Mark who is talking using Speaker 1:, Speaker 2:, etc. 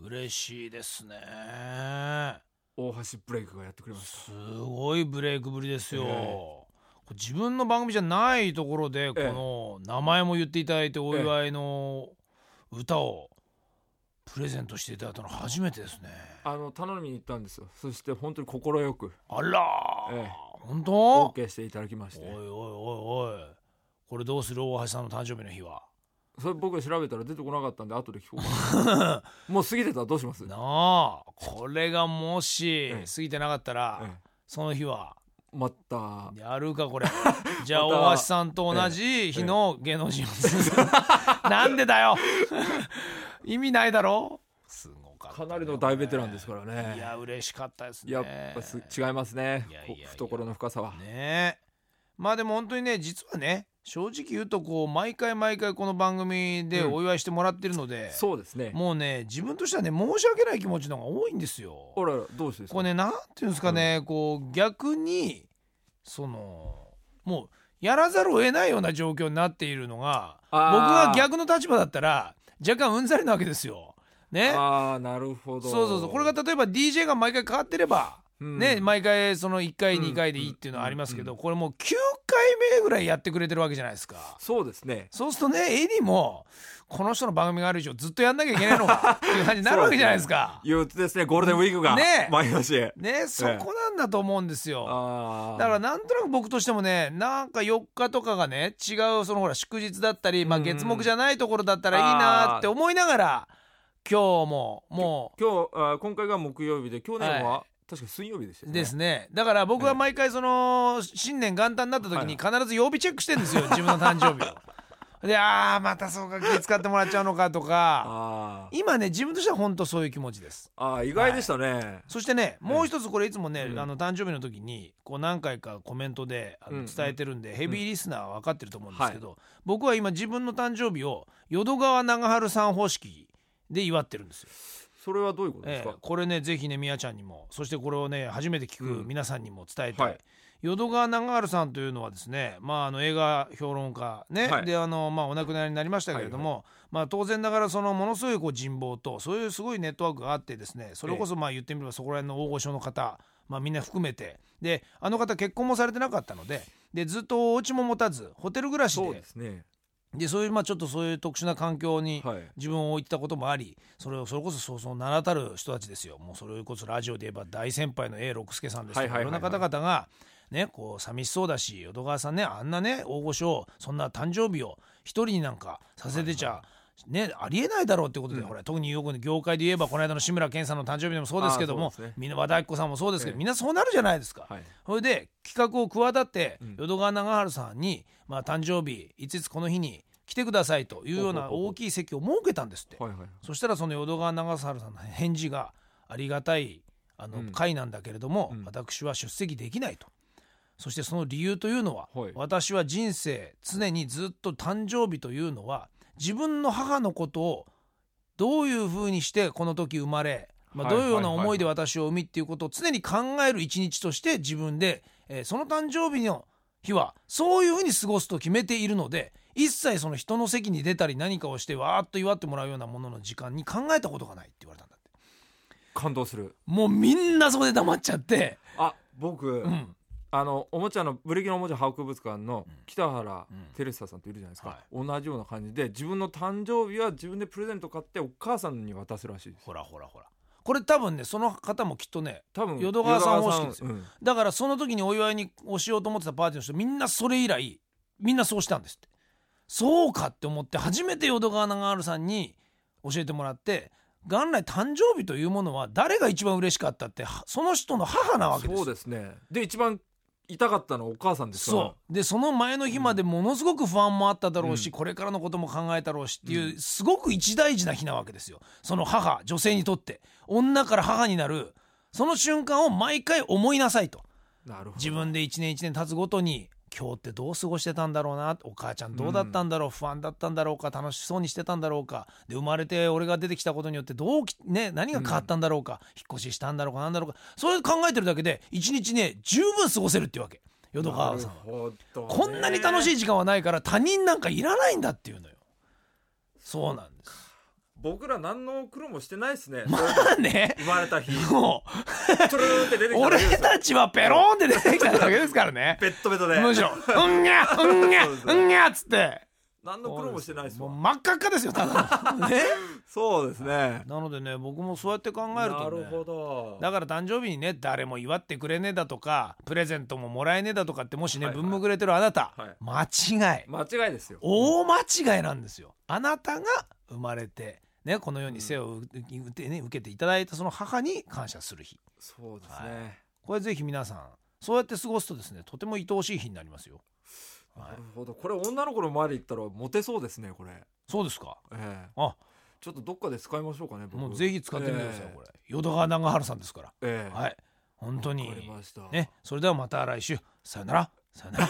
Speaker 1: 嬉しいですね
Speaker 2: 大橋ブレイクがやってくれました
Speaker 1: すごいブレイクぶりですよ、
Speaker 2: ええ
Speaker 1: これ自分の番組じゃないところでこ
Speaker 2: ええ
Speaker 1: の名前も言っていただいてお祝いの歌をプレゼントしていただいたの初めてですね
Speaker 2: あの頼みに行ったんですよそして本当に快く
Speaker 1: あらー、
Speaker 2: ええ
Speaker 1: 本当、
Speaker 2: OK していただきまし
Speaker 1: おいおい
Speaker 2: て
Speaker 1: おいおいこれどうする大橋さんの誕生日の日は
Speaker 2: それ僕調べたら出てこなかったんで後で聞こうか なもう過ぎてたらどうします
Speaker 1: なあこれがもし
Speaker 2: ええ
Speaker 1: 過ぎてなかったら、
Speaker 2: え
Speaker 1: その日は
Speaker 2: えまた
Speaker 1: やるかこ れじゃあ
Speaker 2: また
Speaker 1: 大橋さんと同じ日の芸能人をす るなんでだよ 意味ないだろすごかったね、
Speaker 2: かなりの大ベテランです
Speaker 1: か
Speaker 2: からね
Speaker 1: いや嬉しかったですね
Speaker 2: やっぱす違いますね
Speaker 1: いやいやいや
Speaker 2: こ懐の深さは、
Speaker 1: ねえまあでも本当にね実はね正直言うとこう毎回毎回この番組で
Speaker 2: うん
Speaker 1: お祝いしてもらってるので、
Speaker 2: そうですね
Speaker 1: もうね自分としてはね申し訳ない気持ちの方が多いんですよ。
Speaker 2: あららどうしてですか
Speaker 1: これねなんていうんですかね、こう逆にそのもうやらざるを得ないような状況になっているのが僕
Speaker 2: あー
Speaker 1: が逆の立場だったら若干うんざりなわけですよ。ね。
Speaker 2: ああなるほど
Speaker 1: そうそうそうこれが例えば DJ が毎回変わってれば、
Speaker 2: うん
Speaker 1: ね毎回その1回
Speaker 2: うん
Speaker 1: 2回でいいっていうのはありますけど、これもう9回目ぐらいやってくれてるわけじゃないですか。
Speaker 2: そうですね
Speaker 1: そうするとねエディもこの人の番組がある以上ずっとやんなきゃいけないのかっていう感じになるわけじゃないです か。
Speaker 2: 憂鬱ですねゴールデンウィークが
Speaker 1: ね
Speaker 2: 毎年
Speaker 1: ねそこなんだと思うんですよ。
Speaker 2: ああ
Speaker 1: だからなんとなく僕としてもねなんか4日とかがね違うそのほら祝日だったり、まあ、
Speaker 2: うん
Speaker 1: 月目じゃないところだったらいいなって思いながら今日もも
Speaker 2: 今日あ今回が木曜日で去年は、
Speaker 1: は
Speaker 2: 確か水曜日でした
Speaker 1: う
Speaker 2: よね
Speaker 1: ですねだから僕は毎回その新年元旦になった時に必ず曜日チェックしてるんですよ自分の誕生日 を。であーまたそうか気使ってもらっちゃうのかとか
Speaker 2: あー
Speaker 1: 今ね自分としては本当そういう気持ちです。
Speaker 2: あー意外でしたね、
Speaker 1: そしてねもう一つこれいつもね、
Speaker 2: うん
Speaker 1: あの誕生日の時にこう何回かコメントであ
Speaker 2: うんう
Speaker 1: の
Speaker 2: ん
Speaker 1: 伝えてるんで、ヘビーリスナーは分かってると思うんですけど、僕は今自分の誕生日を淀川長春さん方式で祝ってるんですよ、
Speaker 2: それはどういうことで
Speaker 1: え
Speaker 2: す
Speaker 1: え
Speaker 2: か、
Speaker 1: これねぜひねみやちゃんにもそしてこれをね初めて聞
Speaker 2: う
Speaker 1: く
Speaker 2: ん
Speaker 1: 皆さんにも伝えたい、
Speaker 2: はい
Speaker 1: 淀川長春さんというのはですね、まあ、あの映画評論家ね、
Speaker 2: はい
Speaker 1: であの、まあ、お亡くなりになりましたけれども、まあ、当然ながらそのものすごいこう人望とそういうすごいネットワークがあってですねそれこそまあ言ってみればそこら辺の大御所の方、まあ、みんな含めてであの方結婚もされてなかったのででずっとお家も持たずホテル暮らし
Speaker 2: そう
Speaker 1: で
Speaker 2: ですね
Speaker 1: でそういうまあちょっとそういう特殊な環境に
Speaker 2: はい
Speaker 1: 自分を置いてたこともありそれをそれこそそうそう名だたる人たちですよもうそれこそラジオで言えば大先輩の A 六輔さんですと
Speaker 2: は
Speaker 1: か
Speaker 2: い
Speaker 1: いろ
Speaker 2: は
Speaker 1: ん
Speaker 2: いは
Speaker 1: ない
Speaker 2: はい
Speaker 1: 方々がねこう寂しそうだし淀川さんねあんなね大御所そんな誕生日を一人になんかさせてちゃね、ありえないだろうってことで、
Speaker 2: うん
Speaker 1: ほら特によくの業界で言えばこの間の志村けんさんの誕生日でもそうですけど
Speaker 2: あー
Speaker 1: も、
Speaker 2: そうですね
Speaker 1: みんな和田アキ子さんもそうですけど、
Speaker 2: ええ
Speaker 1: みんなそうなるじゃないですか、
Speaker 2: はい
Speaker 1: それで企画を企って
Speaker 2: うん
Speaker 1: 淀川長春さんに、まあ、誕生日いついつこの日に来てくださいというよう
Speaker 2: ほ
Speaker 1: な
Speaker 2: うほうほう
Speaker 1: 大きい席を設けたんですって、
Speaker 2: はいはい
Speaker 1: そしたらその淀川長春さんの返事がありがたいあ
Speaker 2: う
Speaker 1: の
Speaker 2: ん
Speaker 1: 会なんだけれども、
Speaker 2: うん
Speaker 1: 私は出席できないと。そしてその理由というのは、
Speaker 2: はい
Speaker 1: 私は人生常にずっと誕生日というのは自分の母のことをどういうふうにしてこの時生まれ、まあ、
Speaker 2: は
Speaker 1: ど
Speaker 2: い
Speaker 1: う
Speaker 2: はいいう
Speaker 1: ような思いで私を産みっていうことを常に考える一日として自分で、えーその誕生日の日はそういうふうに過ごすと決めているので一切その人の席に出たり何かをしてわーっと祝ってもらうようなものの時間に考えたことがないって言われたんだって
Speaker 2: 感動する
Speaker 1: もうみんなそこで黙っちゃって、
Speaker 2: あ僕、
Speaker 1: うん、
Speaker 2: あのおもちゃのブレーキのおもちゃ博物館の北原
Speaker 1: うん
Speaker 2: テレサさんっているじゃないですか、
Speaker 1: はい
Speaker 2: 同じような感じで自分の誕生日は自分でプレゼント買ってお母さんに渡すらしいです
Speaker 1: ほらほらほらこれ多分ねその方もきっとね
Speaker 2: 多分
Speaker 1: 淀川さん
Speaker 2: 淀
Speaker 1: 方式ですよ
Speaker 2: うん
Speaker 1: だからその時にお祝いにをしようと思ってたパーティーの人みんなそれ以来みんなそうしたんですってそうかって思って初めて淀川長春さんに教えてもらって元来誕生日というものは誰が一番嬉しかったってはその人の母なわけですよ
Speaker 2: そうですねで一番痛かったのはお母さんですから
Speaker 1: そうでその前の日までものすごく不安もあっただろうし、これからのことも考えたろうしっていう、
Speaker 2: う
Speaker 1: すごく一大事な日なわけですよその母女性にとって女から母になるその瞬間を毎回思いなさいと
Speaker 2: なるほど
Speaker 1: 自分で一年一年経つごとに今日ってどう過ごしてたんだろうなお母ちゃんどうだったんだろう、不安だったんだろうか楽しそうにしてたんだろうかで生まれて俺が出てきたことによってどうき、ね、何が変わったんだろうか、引っ越ししたんだろうかなんだろうかそれ考えてるだけで一日ね十分過ごせるっていうわけ淀川さんは
Speaker 2: な。るほどね
Speaker 1: こんなに楽しい時間はないから他人なんかいらないんだっていうのよそうなんです
Speaker 2: 僕ら何の苦労もしてないですね
Speaker 1: ね
Speaker 2: 生まれた日
Speaker 1: も
Speaker 2: トゥルーンって出
Speaker 1: う
Speaker 2: てきただ
Speaker 1: 俺
Speaker 2: けですよ
Speaker 1: たちはペローンって出てきただけですからね
Speaker 2: ベッドベッドで
Speaker 1: むしろ「うんにゃうんにゃうんにゃ」っつって
Speaker 2: 何の苦労もしてないです
Speaker 1: もう
Speaker 2: わ
Speaker 1: 真っ赤っかですよただのね
Speaker 2: そうですね
Speaker 1: なのでね僕もそうやって考える
Speaker 2: な
Speaker 1: と
Speaker 2: る
Speaker 1: ね
Speaker 2: ほど
Speaker 1: だから誕生日にね誰も祝ってくれねえだとかプレゼントももらえねえだとかってもしね
Speaker 2: はいはい
Speaker 1: 文むくれてるあなた
Speaker 2: はい
Speaker 1: 間違い
Speaker 2: 間違いですよ
Speaker 1: 大間違いなんですよあなたが生まれてねこの世に生を受け受けね受けていただいたその母に感謝する日
Speaker 2: そうですね、
Speaker 1: これぜひ皆さんそうやって過ごすとですねとても愛おしい日になりますよはい
Speaker 2: なるほどこれ女の子の前で言ったらモテそうですねこれ
Speaker 1: そうですか
Speaker 2: ええ
Speaker 1: あ
Speaker 2: ちょっとどっかで使いましょうかね僕
Speaker 1: もうぜひ使ってみてください
Speaker 2: ええ
Speaker 1: これ淀川長春さんですから
Speaker 2: ええ
Speaker 1: はい本当
Speaker 2: わかり
Speaker 1: に
Speaker 2: ました
Speaker 1: ねそれではまた来週さよならさよなら